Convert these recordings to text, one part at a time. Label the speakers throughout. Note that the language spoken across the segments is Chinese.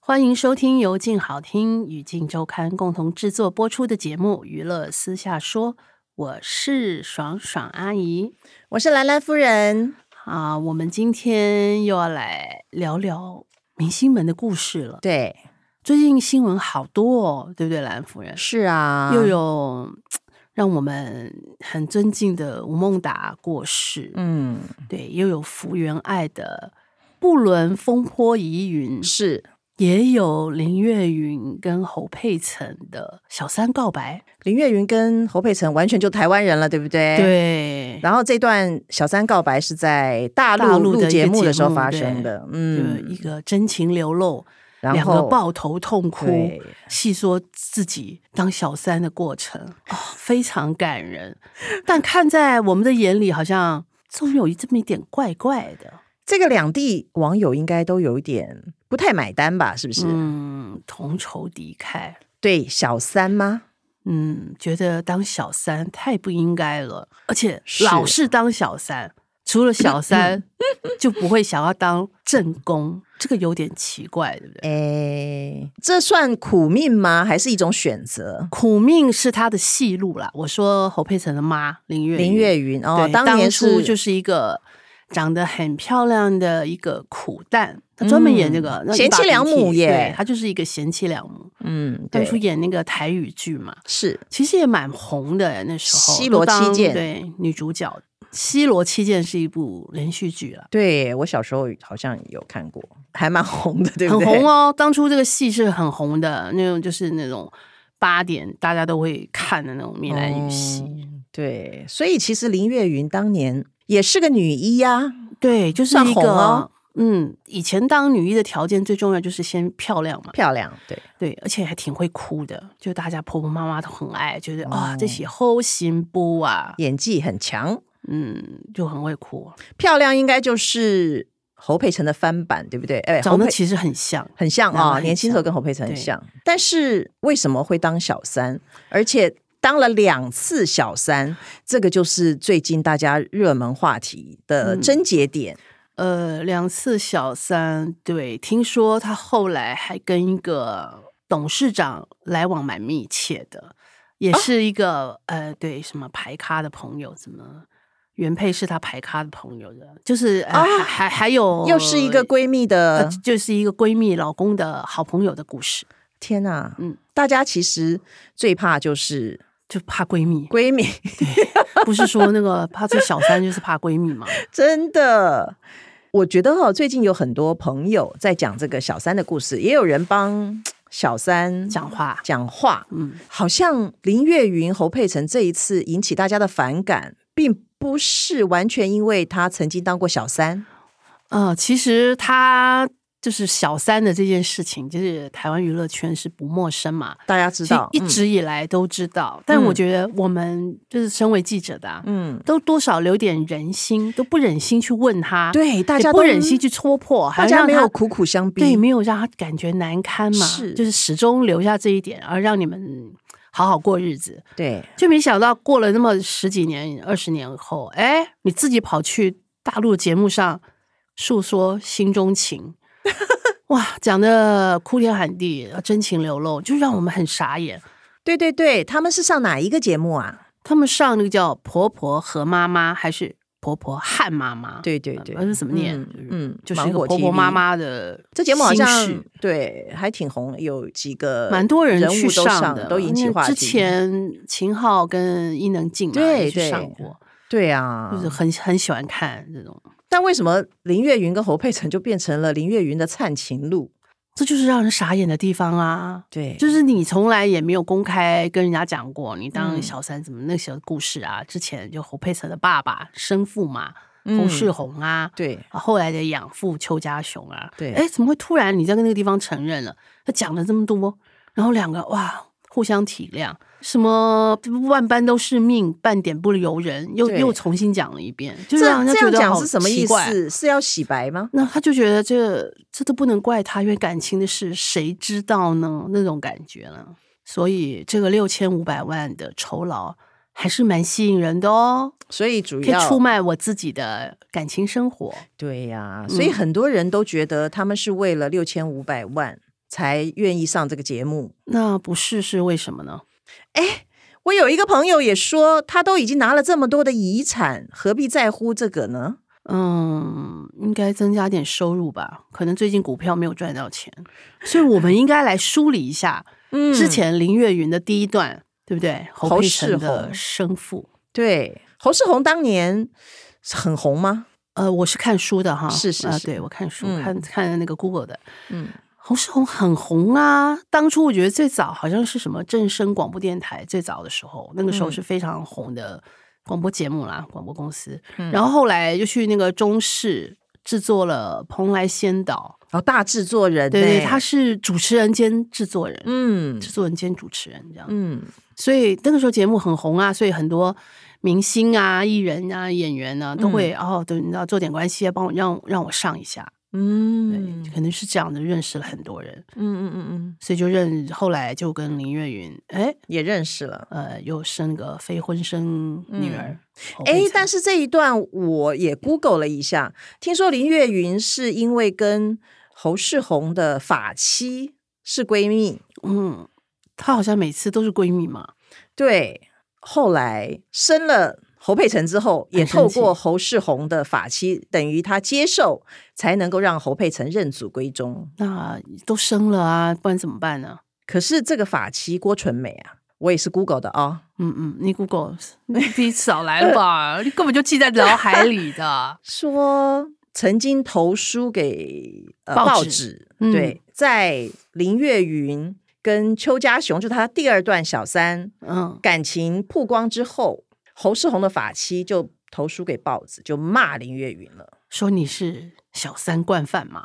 Speaker 1: 欢迎收听由静好听与静周刊共同制作播出的节目《娱乐私下说》，我是爽爽阿姨
Speaker 2: 我是兰兰夫人。
Speaker 1: 啊。我们今天又要来聊聊明星们的故事了。
Speaker 2: 对，
Speaker 1: 最近新闻好多哦，对不对，兰夫人？
Speaker 2: 是啊，
Speaker 1: 又有让我们很尊敬的吴孟达过世，
Speaker 2: 嗯
Speaker 1: 对，又有福原爱的不伦风波疑云，
Speaker 2: 是
Speaker 1: 也有林月云跟侯佩岑的小三告白，
Speaker 2: 林月云跟侯佩岑完全就台湾人了，对不对？。
Speaker 1: 对，
Speaker 2: 然后这段小三告白是在大
Speaker 1: 大
Speaker 2: 陆
Speaker 1: 陆的一
Speaker 2: 录
Speaker 1: 个
Speaker 2: 节目的时候
Speaker 1: 节目
Speaker 2: 发生的，
Speaker 1: 就
Speaker 2: 嗯
Speaker 1: 一，个真情流露，
Speaker 2: 然
Speaker 1: 两个
Speaker 2: 后
Speaker 1: 抱头痛哭
Speaker 2: 对，
Speaker 1: 细说自己当小三的过程，哦，非常感人。但看在我们的眼里，好像总有一这么一点怪怪的。
Speaker 2: 这个两地网友应该都有一点不太买单吧？是不是？
Speaker 1: 嗯，同仇敌忾。
Speaker 2: 对小三吗？
Speaker 1: 嗯，觉得当小三太不应该了，而且
Speaker 2: 是
Speaker 1: 老是当小三，除了小三就不会想要当正宫，这个有点奇怪，对不对？
Speaker 2: 哎，这算苦命吗？还是一种选择？
Speaker 1: 苦命是他的戏路啦。我说侯佩岑的妈林月
Speaker 2: 林
Speaker 1: 云
Speaker 2: 月云哦，
Speaker 1: 对
Speaker 2: 当年
Speaker 1: 初
Speaker 2: 是
Speaker 1: 就是一个长得很漂亮的一个苦旦，她专门演这个、
Speaker 2: 嗯
Speaker 1: 那一
Speaker 2: 贤妻
Speaker 1: 把鼻
Speaker 2: 良母
Speaker 1: 涕
Speaker 2: 耶
Speaker 1: 对她就是一个贤妻良母。
Speaker 2: 嗯，
Speaker 1: 当
Speaker 2: 对，
Speaker 1: 初演那个台语剧嘛，
Speaker 2: 是
Speaker 1: 其实也蛮红的那时候。
Speaker 2: 西罗
Speaker 1: 都当
Speaker 2: 七剑
Speaker 1: 对女主角《西罗七剑》是一部连续剧了，
Speaker 2: 对我小时候好像有看过，还蛮红的，对不
Speaker 1: 很
Speaker 2: 对？
Speaker 1: 红哦。当初这个戏是很红的，那种就是那种八点大家都会看的那种闽南语戏。
Speaker 2: 嗯对，所以其实林月云当年也是个女一呀、
Speaker 1: 对，就是
Speaker 2: 算
Speaker 1: 一
Speaker 2: 红
Speaker 1: 个、
Speaker 2: 哦
Speaker 1: 嗯，以前当女一的条件最重要就是先漂亮嘛，
Speaker 2: 漂亮，对，
Speaker 1: 对，而且还挺会哭的，就大家婆婆妈妈都很爱，觉得啊、
Speaker 2: 哦
Speaker 1: 这些好心不啊，
Speaker 2: 演技很强，
Speaker 1: 嗯，就很会哭，
Speaker 2: 漂亮应该就是侯佩岑的翻版，对不对？哎，
Speaker 1: 长
Speaker 2: 侯
Speaker 1: 得
Speaker 2: 佩
Speaker 1: 其实很像。
Speaker 2: 很像
Speaker 1: 长得
Speaker 2: 啊、
Speaker 1: 很
Speaker 2: 年轻时候
Speaker 1: 像
Speaker 2: 跟侯佩岑很
Speaker 1: 对
Speaker 2: 像，但是为什么会当小三？而且当了两次小三，这个就是最近大家热门话题的
Speaker 1: 嗯
Speaker 2: 症结点。
Speaker 1: 呃，两次小三，对，听说她后来还跟一个董事长来往蛮密切的，
Speaker 2: 哦
Speaker 1: 也是一个、呃，对，什么排咖的朋友，怎么原配是她排咖的朋友的，就是、呃
Speaker 2: 啊
Speaker 1: 还还还有
Speaker 2: 又是一个闺蜜
Speaker 1: 哦呃
Speaker 2: 的，
Speaker 1: 就是一个闺蜜老公的好朋友的故事，
Speaker 2: 天哪、啊
Speaker 1: 嗯
Speaker 2: 大家其实最怕就是
Speaker 1: 就怕闺蜜，
Speaker 2: 闺蜜，
Speaker 1: 不是说那个怕这小三就是怕闺蜜嘛？
Speaker 2: 真的。我觉得哈、哦最近有很多朋友在讲这个小三的故事，也有人帮小三
Speaker 1: 讲话，
Speaker 2: 讲话，
Speaker 1: 嗯，
Speaker 2: 好像林月云、侯佩岑这一次引起大家的反感，并不是完全因为她曾经当过小三，
Speaker 1: 呃，其实他就是小三的这件事情，就是台湾娱乐圈是不陌生嘛，
Speaker 2: 大家知道
Speaker 1: 其实
Speaker 2: 嗯
Speaker 1: 一直以来都知道。但我
Speaker 2: 嗯
Speaker 1: 觉得我们就是身为记者的、啊，
Speaker 2: 嗯，
Speaker 1: 都多少留点人心，都不忍心去问他，
Speaker 2: 对，大
Speaker 1: 也
Speaker 2: 家
Speaker 1: 不
Speaker 2: 都
Speaker 1: 忍心，去戳破，
Speaker 2: 大
Speaker 1: 还
Speaker 2: 家
Speaker 1: 让
Speaker 2: 没
Speaker 1: 他
Speaker 2: 有苦苦相逼，
Speaker 1: 对，没有让他感觉难堪嘛，
Speaker 2: 是
Speaker 1: 就是始终留下这一点，而让你们好好过日子。
Speaker 2: 对
Speaker 1: 就没想到过了那么十几年、二十年后，哎，你自己跑去大陆节目上诉说心中 情，哇，讲的哭天喊地，真情流露，就让我们很傻眼。
Speaker 2: 对对对，他们是上哪一个节目啊？
Speaker 1: 他们上那个叫《婆婆和妈妈》还是《婆婆和妈妈》？
Speaker 2: 对对
Speaker 1: 呃，
Speaker 2: 对，
Speaker 1: 那是怎么念？
Speaker 2: 嗯嗯，
Speaker 1: 就是
Speaker 2: 芒
Speaker 1: 一个
Speaker 2: 果
Speaker 1: 婆婆
Speaker 2: TV
Speaker 1: 妈。妈的
Speaker 2: 这节目好
Speaker 1: 心
Speaker 2: 像
Speaker 1: 绪
Speaker 2: 对还挺红，有几个
Speaker 1: 蛮多人
Speaker 2: 物
Speaker 1: 去
Speaker 2: 都
Speaker 1: 上
Speaker 2: 上
Speaker 1: 的，
Speaker 2: 都引起
Speaker 1: 那
Speaker 2: 话题。
Speaker 1: 之前秦昊跟伊能静嘛
Speaker 2: 对
Speaker 1: 也去
Speaker 2: 对
Speaker 1: 上过，
Speaker 2: 对啊，
Speaker 1: 就是很很喜欢看这种。
Speaker 2: 但为什么林月云跟侯佩岑就变成了林月云的灿情路？
Speaker 1: 这就是让人傻眼的地方啊！
Speaker 2: 对
Speaker 1: 就是你从来也没有公开跟人家讲过你当
Speaker 2: 嗯
Speaker 1: 小三怎么那些故事啊。之前就侯佩岑的爸爸、生父嘛，
Speaker 2: 嗯
Speaker 1: 侯世宏啊，
Speaker 2: 对
Speaker 1: 啊后来的养父邱家雄啊，
Speaker 2: 对
Speaker 1: 哎，怎么会突然你在那个地方承认了？他讲了这么多，然后两个哇，互相体谅。什么万般都是命，半点不由人，又
Speaker 2: 对
Speaker 1: 又重新讲了一遍，就
Speaker 2: 这
Speaker 1: 让人家
Speaker 2: 这
Speaker 1: 觉
Speaker 2: 样
Speaker 1: 得
Speaker 2: 讲
Speaker 1: 好
Speaker 2: 是什么意
Speaker 1: 奇怪？
Speaker 2: 思？是要洗白吗？
Speaker 1: 那他就觉得这这都不能怪他，因为感情的事谁知道呢？那种感觉了。所以这个六千五百万的酬劳还是蛮吸引人的哦，
Speaker 2: 所以主
Speaker 1: 可以
Speaker 2: 要
Speaker 1: 出卖我自己的感情生活。
Speaker 2: 对呀、所以很多人都觉得他们是为了六千五百万才愿意上这个节目。哎
Speaker 1: 那不是是为什么呢？
Speaker 2: 我有一个朋友也说，他都已经拿了这么多的遗产，何必在乎这个呢？
Speaker 1: 嗯，应该增加点收入吧。可能最近股票没有赚到钱，所以我们应该来梳理一下
Speaker 2: 嗯
Speaker 1: 之前林月云的第一段，对不对？
Speaker 2: 侯
Speaker 1: 侯佩
Speaker 2: 世
Speaker 1: 岑
Speaker 2: 侯
Speaker 1: 的生父。
Speaker 2: 对侯世宏当年很红吗？
Speaker 1: 呃，我是看书的哈，
Speaker 2: 是是
Speaker 1: 啊
Speaker 2: 是
Speaker 1: 对我看书，
Speaker 2: 嗯
Speaker 1: 看看那个 Google 的。
Speaker 2: 嗯，
Speaker 1: 侯世宏很红啊，当初我觉得最早好像是什么正声广播电台最早的时候，那个时候
Speaker 2: 嗯
Speaker 1: 是非常红的广播节目啦，广播公司。
Speaker 2: 嗯
Speaker 1: 然后后来就去那个中视制作了《蓬莱仙岛》，
Speaker 2: 哦，大制作人、
Speaker 1: 对对，
Speaker 2: 欸
Speaker 1: 他是主持人兼制作人，
Speaker 2: 嗯
Speaker 1: 制作人兼主持人这样。
Speaker 2: 嗯，
Speaker 1: 所以那个时候节目很红啊，所以很多明星啊、艺人啊、演员啊
Speaker 2: 嗯
Speaker 1: 都会、哦，对，你知道做点关系啊，帮我让让我上一下，对，
Speaker 2: 嗯
Speaker 1: 可能是这样的，认识了很多人，
Speaker 2: 嗯嗯嗯嗯，
Speaker 1: 所以就认，后来就跟林月云，哎，
Speaker 2: 也认识了。
Speaker 1: 呃，又生个非婚生女儿，侯
Speaker 2: 哎
Speaker 1: 佩岑，
Speaker 2: 但是这一段我也 Google 了一下，听说林月云是因为跟侯世宏的法妻是闺蜜，
Speaker 1: 嗯，她好像每次都是闺蜜嘛，
Speaker 2: 对，后来生了侯佩岑之后，也
Speaker 1: 很生
Speaker 2: 透
Speaker 1: 气
Speaker 2: 过侯世宏的法妻，等于他接受，才能够让侯佩岑认祖归宗。
Speaker 1: 那都生了啊，不然怎么办呢？
Speaker 2: 可是这个法妻郭纯美啊，我也是 Google 的啊、
Speaker 1: 嗯嗯，你 Google，你比少来了吧，你根本就记在脑海里 的。
Speaker 2: 说曾经投书给、呃、
Speaker 1: 报
Speaker 2: 报
Speaker 1: 纸
Speaker 2: 纸，
Speaker 1: 嗯
Speaker 2: 对，在林月云跟邱家雄，就他第二段小三
Speaker 1: 嗯，
Speaker 2: 感情曝光之后，侯世宏的法妻就投书给报纸，就骂林月云了
Speaker 1: 说你是小三惯犯嘛？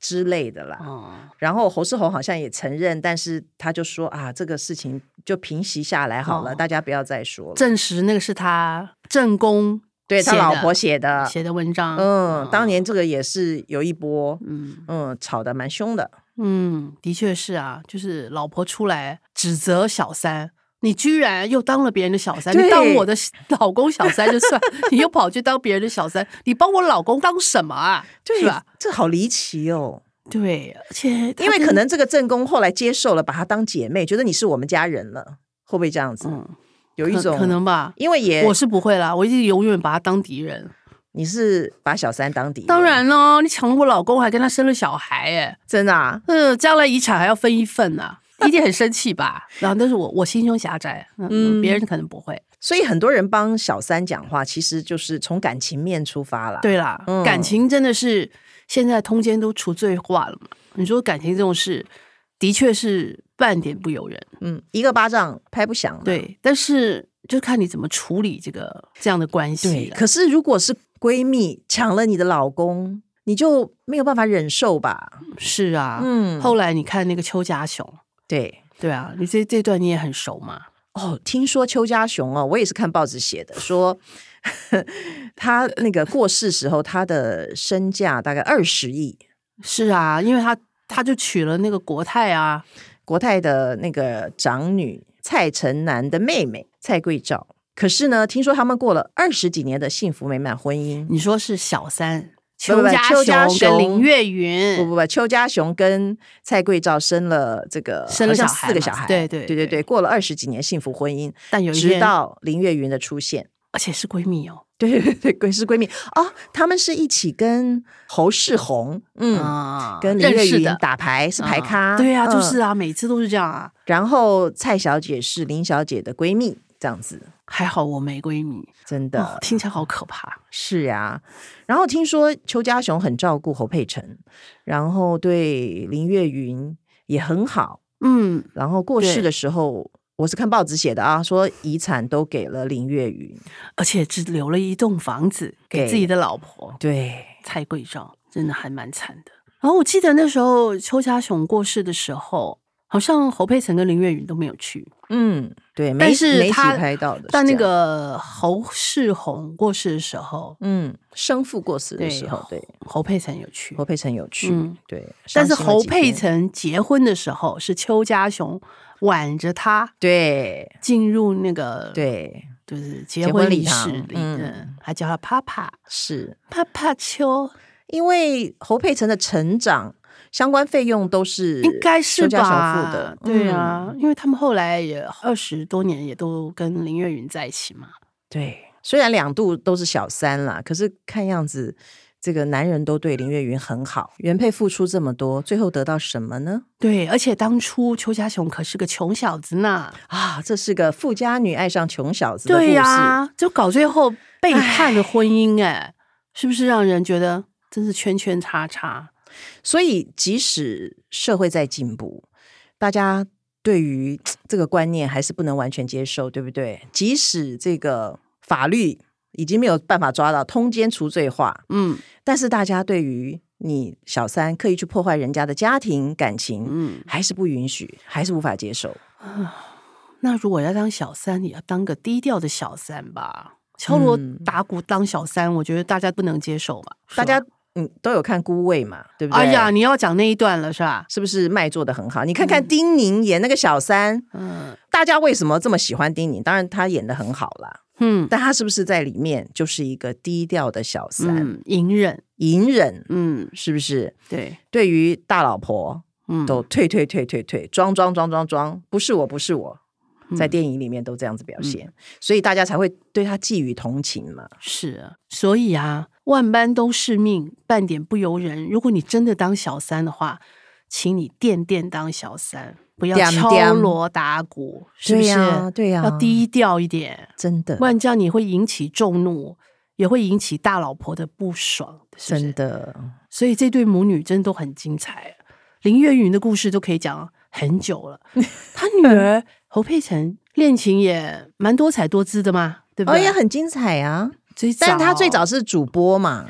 Speaker 2: 之类的啦。
Speaker 1: 嗯，
Speaker 2: 然后侯世宏好像也承认，但是他就说啊，这个事情就平息下来好了，
Speaker 1: 哦
Speaker 2: 大家不要再说了。
Speaker 1: 证实那个是他正宫
Speaker 2: 对他
Speaker 1: 写
Speaker 2: 老
Speaker 1: 的
Speaker 2: 婆写的，
Speaker 1: 写的文章。
Speaker 2: 嗯，当年这个也是有一波，
Speaker 1: 嗯
Speaker 2: 嗯，吵得蛮凶的。
Speaker 1: 嗯，的确是啊，就是老婆出来指责小三。你居然又当了别人的小三，
Speaker 2: 对
Speaker 1: 你当我的老公小三就算， 你又跑去当别人的小三，你帮我老公当什么啊？是吧？？
Speaker 2: 这好离奇哦，
Speaker 1: 对，而且他
Speaker 2: 因为
Speaker 1: 跟
Speaker 2: 可能这个正宫后来接受了，把她当姐妹，觉得你是我们家人了，会不会这样子？
Speaker 1: 嗯，
Speaker 2: 有一
Speaker 1: 可
Speaker 2: 种
Speaker 1: 可，能吧，
Speaker 2: 因为也
Speaker 1: 我是不会啦，我一定永远把他当敌人。
Speaker 2: 你是把小三当敌人，
Speaker 1: 当然喽，你抢了我老公，还跟他生了小孩、哎，
Speaker 2: 真的啊，
Speaker 1: 嗯，将来遗产还要分一份呢、一定很生气吧？ 然后，但是我我心胸狭窄，嗯，
Speaker 2: 嗯
Speaker 1: 别人可能不会。
Speaker 2: 所以很多人帮小三讲话，其实就是从感情面出发啦。
Speaker 1: 对啦，
Speaker 2: 嗯
Speaker 1: 感情真的是现在通奸都除罪化了嘛？你说感情这种事，的确是半点不由人。
Speaker 2: 嗯，一个巴掌拍不响。
Speaker 1: 对，但是就看你怎么处理这个这样的关
Speaker 2: 对，
Speaker 1: 系了。
Speaker 2: 可是如果是闺蜜抢了你的老公，你就没有办法忍受吧？
Speaker 1: 是啊，
Speaker 2: 嗯
Speaker 1: 后来你看那个邱家雄，
Speaker 2: 对。
Speaker 1: 对啊，你这这段你也很熟嘛？
Speaker 2: 哦，听说邱家雄哦，我也是看报纸写的，说他那个过世时候，他的身价大概二十亿，
Speaker 1: 是啊，因为他他就娶了那个国泰啊，
Speaker 2: 国泰的那个长女蔡成南的妹妹蔡桂照。可是呢，听说他们过了二十几年的幸福美满婚姻。
Speaker 1: 你说是小三
Speaker 2: 不不邱家
Speaker 1: 家跟
Speaker 2: 雄
Speaker 1: 林月
Speaker 2: 不
Speaker 1: 云，
Speaker 2: 不不，邱家雄跟蔡桂照生了这个
Speaker 1: 生了
Speaker 2: 好像
Speaker 1: 小孩
Speaker 2: 四个
Speaker 1: 嘛
Speaker 2: 小孩，
Speaker 1: 对对
Speaker 2: 对对
Speaker 1: 对
Speaker 2: 对，过了二十几年幸福婚姻，
Speaker 1: 但有一
Speaker 2: 直
Speaker 1: 天，
Speaker 2: 到林月云的出现。
Speaker 1: 而且是闺蜜哦，
Speaker 2: 对 对对，鬼是闺蜜哦，她们是一起跟侯世宏，嗯，
Speaker 1: 啊
Speaker 2: 跟林月
Speaker 1: 认识
Speaker 2: 云
Speaker 1: 的
Speaker 2: 打牌是牌咖，
Speaker 1: 啊对啊，
Speaker 2: 嗯
Speaker 1: 就是。啊，每次都是这样啊。
Speaker 2: 然后蔡小姐是林小姐的闺蜜，这样子，
Speaker 1: 还好我没闺蜜，
Speaker 2: 真的、
Speaker 1: 哦听起来好可怕。
Speaker 2: 是啊。然后听说邱家雄很照顾侯佩岑，然后对林月云也很好。
Speaker 1: 嗯，
Speaker 2: 然后过世
Speaker 1: 对
Speaker 2: 的时候，我是看报纸写的啊，说遗产都给了林月云。
Speaker 1: 而且只留了一栋房子给
Speaker 2: 给
Speaker 1: 自己的老婆
Speaker 2: 对，
Speaker 1: 蔡桂照，真的还蛮惨的。然后我记得那时候邱家雄过世的时候，好像侯佩岑跟林月云都没有去，
Speaker 2: 嗯，对，没
Speaker 1: 但是
Speaker 2: 没几
Speaker 1: 他
Speaker 2: 拍到的，
Speaker 1: 但那，个侯世宏过世的时候，
Speaker 2: 嗯，生父过世的
Speaker 1: 对
Speaker 2: 时候，对，
Speaker 1: 侯佩岑有去
Speaker 2: 侯，佩岑有去，
Speaker 1: 嗯
Speaker 2: 对，
Speaker 1: 但是
Speaker 2: 伤心了
Speaker 1: 侯
Speaker 2: 几天
Speaker 1: 佩，岑结婚的时候是邱家雄挽着她
Speaker 2: 对
Speaker 1: 进入那个，
Speaker 2: 对
Speaker 1: 就是结
Speaker 2: 结婚
Speaker 1: 婚
Speaker 2: 礼
Speaker 1: 仪
Speaker 2: 堂
Speaker 1: 式里，
Speaker 2: 嗯
Speaker 1: 嗯，还叫他帕帕
Speaker 2: 是，
Speaker 1: 帕帕秋，
Speaker 2: 因为侯佩岑的成长相关费用都是
Speaker 1: 应该是
Speaker 2: 邱家雄
Speaker 1: 吧？
Speaker 2: 付的，
Speaker 1: 对
Speaker 2: 嗯
Speaker 1: 啊，因为他们后来也二十多年也都跟林月云在一起嘛。
Speaker 2: 对，虽然两度都是小三啦，可是看样子这个男人都对林月云很好。原配付出这么多，最后得到什么呢？
Speaker 1: 对，而且当初邱家雄可是个穷小子呢。
Speaker 2: 啊，这是个富家女爱上穷小子的故事。
Speaker 1: 对呀、就搞最后背叛的婚姻、哎，是不是让人觉得真是圈圈叉叉？
Speaker 2: 所以即使社会在进步，大家对于这个观念还是不能完全接受，对不对？即使这个法律已经没有办法抓到通奸除罪化，
Speaker 1: 嗯
Speaker 2: 但是大家对于你小三刻意去破坏人家的家庭感情，
Speaker 1: 嗯，
Speaker 2: 还是不允许，还是无法接受。
Speaker 1: 那如果要当小三，也要当个低调的小三吧。敲锣
Speaker 2: 嗯
Speaker 1: 打鼓当小三，我觉得大家不能接受吧？是
Speaker 2: 大家
Speaker 1: 吧，
Speaker 2: 嗯都有看《孤味》嘛，对不对？
Speaker 1: 哎呀，，嗯你要讲那一段了是吧？
Speaker 2: 是不是卖座的很好？你看看丁宁演那个小三，
Speaker 1: 嗯
Speaker 2: 大家为什么这么喜欢丁宁？当然她演的很好啦，
Speaker 1: 嗯
Speaker 2: 但她是不是在里面就是一个低调的小三，
Speaker 1: 嗯，隐忍，
Speaker 2: 隐忍
Speaker 1: 嗯，
Speaker 2: 是不是？
Speaker 1: 对，
Speaker 2: 对于大老婆
Speaker 1: 嗯，
Speaker 2: 都退退退退退，装装装装装，不是我，不是我。在
Speaker 1: 嗯
Speaker 2: 电影里面都这样子表现，所以大家才会对她寄予同情嘛。
Speaker 1: 是，所以啊，万般都是命，半点不由人。如果你真的当小三的话，请你垫垫当小三，不要
Speaker 2: 掂
Speaker 1: 敲
Speaker 2: 掂
Speaker 1: 锣打鼓，是不是？
Speaker 2: 对呀、
Speaker 1: 要低调一点，
Speaker 2: 真的
Speaker 1: 不，然这样你会引起众怒，也会引起大老婆的不爽，是不
Speaker 2: 真
Speaker 1: 是？
Speaker 2: 的，
Speaker 1: 所以这对母女真的都很精彩，林月云的故事都可以讲很久 了。她女儿侯佩岑恋情也蛮多彩多姿的嘛，对不
Speaker 2: 哦，
Speaker 1: 对？
Speaker 2: 也很精彩啊。
Speaker 1: 最早，
Speaker 2: 但是他最早是主播
Speaker 1: 哦
Speaker 2: 嘛，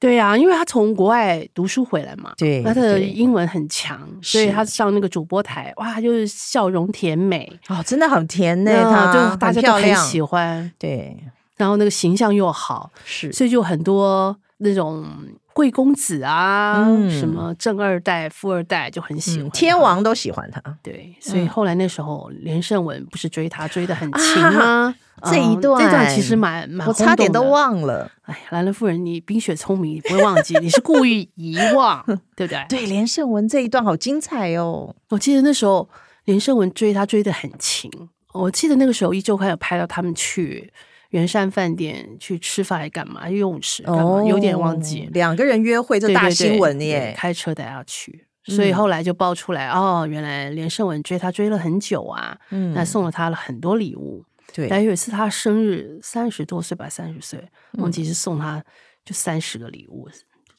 Speaker 1: 对啊，因为他从国外读书回来嘛，
Speaker 2: 对
Speaker 1: 那他的
Speaker 2: 对
Speaker 1: 英文很强，所以
Speaker 2: 是
Speaker 1: 他上那个主播台，哇，他就是笑容甜美，
Speaker 2: 哦，真的很甜呢、
Speaker 1: 那
Speaker 2: 她
Speaker 1: 就大家都
Speaker 2: 很漂
Speaker 1: 很
Speaker 2: 亮，
Speaker 1: 喜欢，
Speaker 2: 对，嗯
Speaker 1: 然后那个形象又好，
Speaker 2: 是
Speaker 1: 所以就很多那种贵公子啊，
Speaker 2: 嗯
Speaker 1: 什么正二代、富二代就很喜欢、
Speaker 2: 嗯天。王都喜欢她。
Speaker 1: 对，所以
Speaker 2: 嗯
Speaker 1: 后来那时候连胜文不是追他追的很勤
Speaker 2: 啊
Speaker 1: 吗？
Speaker 2: 这一
Speaker 1: 嗯这段其
Speaker 2: 段
Speaker 1: 实蛮蛮，
Speaker 2: 我差点都。忘了，
Speaker 1: 哎呀，兰兰夫人，你冰雪聪明，你不会忘记，你是故 意遗忘，对不对？
Speaker 2: 对哎连胜文这一段好精彩哦，
Speaker 1: 我记得那时候连胜文追他追得很勤，我记得那个时候一周刊有拍到他们去圆山饭店去吃饭还干嘛，游泳池干嘛，有点忘记了。
Speaker 2: 两个人约会哦这
Speaker 1: 哦对
Speaker 2: 大
Speaker 1: 对对
Speaker 2: 新闻
Speaker 1: 对
Speaker 2: 耶，
Speaker 1: 开车带他去，所以
Speaker 2: 嗯
Speaker 1: 后来就爆出来、哦，原来连胜文追他追了很久啊，
Speaker 2: 嗯
Speaker 1: 那送了他了很多礼物。但
Speaker 2: 对，
Speaker 1: 有一次他生日，三十多岁吧，三十岁，
Speaker 2: 嗯
Speaker 1: 忘记是送他就三十个礼物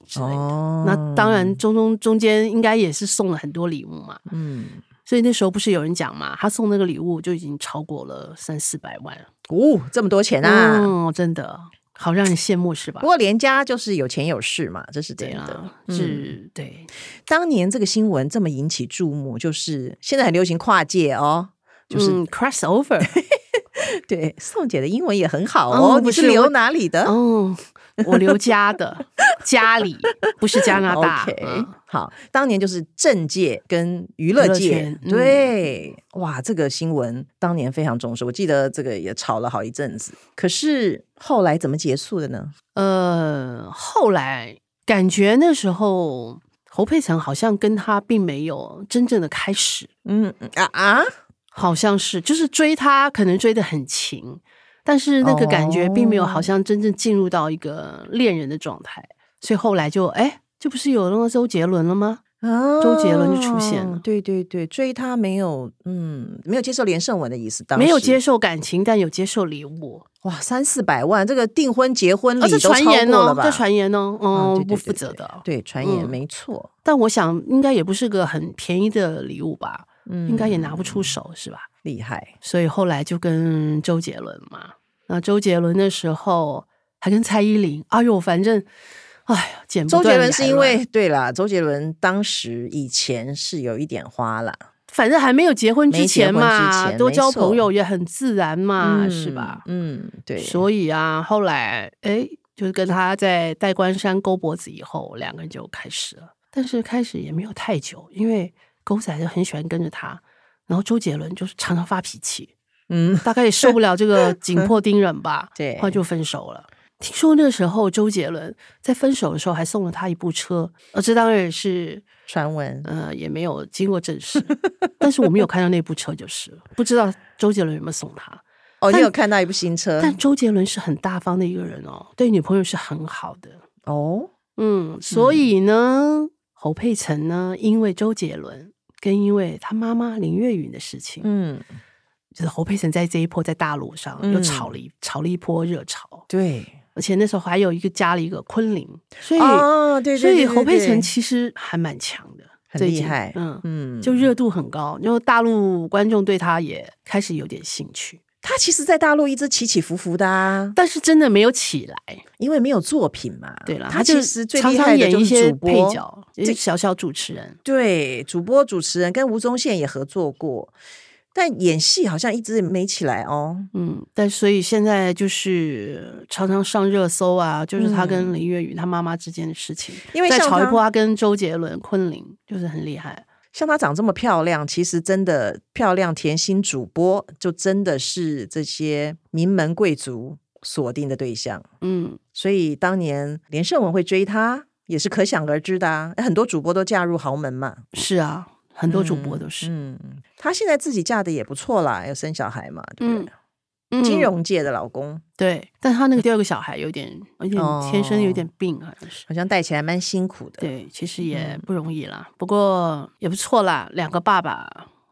Speaker 1: 之类的。
Speaker 2: 哦
Speaker 1: 那当，然中中中间应该也是送了很多礼物嘛。
Speaker 2: 嗯，
Speaker 1: 所以那时候不是有人讲嘛，他送那个礼物就已经超过了三四百万，
Speaker 2: 哦，这么多钱啊，
Speaker 1: 嗯，真的好让人羡慕是吧
Speaker 2: 不？过连家就是有钱有势嘛，这是真
Speaker 1: 对
Speaker 2: 的。
Speaker 1: 啊，
Speaker 2: 嗯
Speaker 1: 是，对，
Speaker 2: 当年这个新闻这么引起注目，就是现在很流行跨界哦。就是、
Speaker 1: 嗯 crossover，
Speaker 2: 对宋姐的英文也很好哦，
Speaker 1: 哦
Speaker 2: 你
Speaker 1: 不
Speaker 2: 是
Speaker 1: 是
Speaker 2: 留
Speaker 1: 我
Speaker 2: 哪里的？
Speaker 1: 哦，我刘家的家里不是加拿大
Speaker 2: OK，、
Speaker 1: 嗯
Speaker 2: 好，当年就是政界跟娱乐
Speaker 1: 娱乐
Speaker 2: 界
Speaker 1: 圈，嗯
Speaker 2: 对，哇，这个新闻当年非常重视，我记得这个也吵了好一阵子。可是后来怎么结束的呢？
Speaker 1: 呃，后来感觉那时候侯佩岑好像跟他并没有真正的开始，
Speaker 2: 嗯嗯啊啊，
Speaker 1: 好像是，就是追他可能追得很勤，但是那个感觉并没有
Speaker 2: 哦
Speaker 1: 好像真正进入到一个恋人的状态，所以后来就哎，这不是有那个周杰伦了吗？
Speaker 2: 啊
Speaker 1: 周杰伦就出现了
Speaker 2: 对对对，追他没有，嗯，没有接受连胜文的意思，当
Speaker 1: 没有
Speaker 2: 时
Speaker 1: 接受感情，但有接受礼物，
Speaker 2: 哇，三四百万，这个订婚、结婚礼
Speaker 1: 而
Speaker 2: 都
Speaker 1: 且
Speaker 2: 超
Speaker 1: 传言
Speaker 2: 过了
Speaker 1: 哦，
Speaker 2: 吧？
Speaker 1: 这传言哦，
Speaker 2: 嗯
Speaker 1: 哦，
Speaker 2: 对对
Speaker 1: 不
Speaker 2: 对
Speaker 1: 负责的。
Speaker 2: 对传言
Speaker 1: 嗯
Speaker 2: 没错，
Speaker 1: 但我想应该也不是个很便宜的礼物吧，
Speaker 2: 嗯
Speaker 1: 应该也拿不出手是吧？
Speaker 2: 厉害。
Speaker 1: 所以后来就跟周杰伦嘛，那周杰伦的时候还跟蔡依林，哎呦，反正，哎呀，剪不
Speaker 2: 周杰
Speaker 1: 断
Speaker 2: 伦
Speaker 1: 理
Speaker 2: 是
Speaker 1: 还
Speaker 2: 因
Speaker 1: 乱
Speaker 2: 为对啦，周杰伦当时以前是有一点花啦，
Speaker 1: 反正还没有结婚之
Speaker 2: 没结
Speaker 1: 前
Speaker 2: 婚之
Speaker 1: 嘛，
Speaker 2: 前
Speaker 1: 多
Speaker 2: 没
Speaker 1: 交
Speaker 2: 错
Speaker 1: 朋友也很自然嘛，啊是
Speaker 2: 嗯
Speaker 1: 吧？
Speaker 2: 嗯，对，
Speaker 1: 所以啊，后来哎，就是跟他在戴冠山勾脖子以后，两个人就开始了。但是开始也没有太久，因为狗仔就很喜欢跟着他，然后周杰伦就是常常发脾气，
Speaker 2: 嗯，，
Speaker 1: 大概也受不了这个紧迫盯人吧
Speaker 2: 对
Speaker 1: 后来就分手了。听说那时候周杰伦在分手的时候还送了他一部车，呃，这当然也是
Speaker 2: 传闻
Speaker 1: 呃也没有经过证 实，但是我没有看到那部车就是了，不知道周杰伦有没有送他。
Speaker 2: 哦，你
Speaker 1: 但
Speaker 2: 有看到一部新车
Speaker 1: 但周杰伦是很大方的一个人哦，对女朋友是很好的。
Speaker 2: 哦，
Speaker 1: 嗯，所以呢，侯佩岑呢，因为周杰伦跟因为他妈妈林月云的事情，
Speaker 2: 嗯，
Speaker 1: 就是侯佩岑在这一波在大陆上
Speaker 2: 嗯
Speaker 1: 又炒了一炒了一波热潮，
Speaker 2: 对，
Speaker 1: 而且那时候还有一个加了一个昆凌，所以、
Speaker 2: 哦，对，
Speaker 1: 所
Speaker 2: 对
Speaker 1: 以
Speaker 2: 对
Speaker 1: 侯
Speaker 2: 对
Speaker 1: 佩岑
Speaker 2: 对
Speaker 1: 其实还蛮强的，
Speaker 2: 很
Speaker 1: 最
Speaker 2: 厉
Speaker 1: 近
Speaker 2: 害，
Speaker 1: 嗯
Speaker 2: 嗯，
Speaker 1: 就热度很高，然后大陆观众对他也开始有点兴趣，
Speaker 2: 他其实，在大陆一直起起伏伏的啊，
Speaker 1: 但是真的没有起来。
Speaker 2: 因为没有作品嘛。
Speaker 1: 对啦，
Speaker 2: 他
Speaker 1: 就
Speaker 2: 其实最
Speaker 1: 常
Speaker 2: 厉
Speaker 1: 常
Speaker 2: 害的
Speaker 1: 演
Speaker 2: 就
Speaker 1: 一
Speaker 2: 是
Speaker 1: 些
Speaker 2: 主播
Speaker 1: 配角，就是
Speaker 2: 这
Speaker 1: 小小主持人。
Speaker 2: 对，主播、主持人跟吴宗宪也合作过，但演戏好像一直没起来哦。
Speaker 1: 嗯，但所以现在就是常常上热搜啊，就是他
Speaker 2: 嗯
Speaker 1: 跟林月雨他妈妈之间的事情，
Speaker 2: 因为
Speaker 1: 再
Speaker 2: 像
Speaker 1: 炒一
Speaker 2: 他
Speaker 1: 波他跟周杰伦、昆凌，就是很厉害。
Speaker 2: 像她长这么漂亮，其实真的漂亮甜心主播，就真的是这些名门贵族锁定的对象。
Speaker 1: 嗯，
Speaker 2: 所以当年连胜文会追她，也是可想而知的、啊。很多主播都嫁入豪门嘛，
Speaker 1: 是啊，很多主播都是。
Speaker 2: 嗯，嗯她现在自己嫁的也不错啦，有生小孩嘛，对不对？
Speaker 1: 嗯
Speaker 2: 金融界的老公，
Speaker 1: 对，但他那个第二个小孩有点，有点
Speaker 2: 哦
Speaker 1: 天生有点病啊，好像是。
Speaker 2: 好像带起来蛮辛苦的。
Speaker 1: 对，其实也
Speaker 2: 嗯
Speaker 1: 不容易啦，不过也不错啦。两个爸爸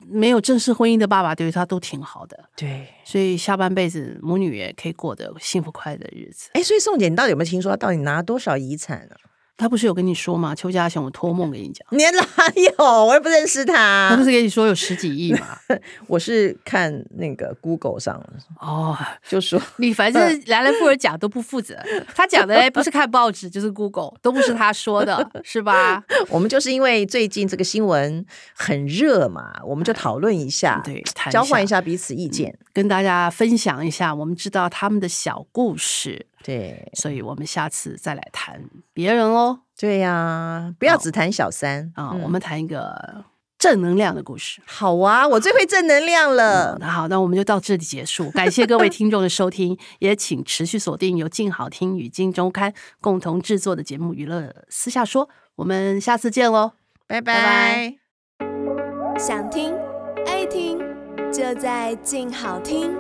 Speaker 1: 没有正式婚姻的爸爸，对于他都挺好的。
Speaker 2: 对，
Speaker 1: 所以下半辈子母女也可以过得幸福快乐的日子。
Speaker 2: 哎，所以宋姐，你到底有没有听说她到底拿多少遗产啊？
Speaker 1: 他不是有跟你说吗？邱家雄，我托梦给你讲，
Speaker 2: 你哪有？ 我又不认识
Speaker 1: 他不
Speaker 2: 她。
Speaker 1: 是跟你说有十几亿 吗？
Speaker 2: 我是看那个 Google 上
Speaker 1: 哦，
Speaker 2: 就 说，
Speaker 1: 你反
Speaker 2: 嗯
Speaker 1: 正莱莱富尔讲都不负责，他讲的哎不是看报纸就是 Google，都不是他说 的，是吧？
Speaker 2: 我们就是因为最近这个新闻很热嘛，我们就讨论一下，
Speaker 1: 哎对，谈嗯
Speaker 2: 交换一，下彼此意见。
Speaker 1: 跟大家分享一下，我们知道他们的小故事，
Speaker 2: 对，
Speaker 1: 所以我们下次再来谈别人哦。
Speaker 2: 对呀、不要
Speaker 1: 好
Speaker 2: 只谈小三
Speaker 1: 啊、
Speaker 2: 嗯
Speaker 1: 我们谈一个正能量的故事。嗯
Speaker 2: 好啊，我最会正能量了。
Speaker 1: 那好，那我们就到这里结束。感谢各位听众的收听，也请持续锁定由静好听与静周刊共同制作的节目《娱乐私下说》，我们下次见哦喽。
Speaker 2: 拜
Speaker 1: 拜
Speaker 2: 拜
Speaker 1: 拜
Speaker 3: 想听爱听，就在静好听。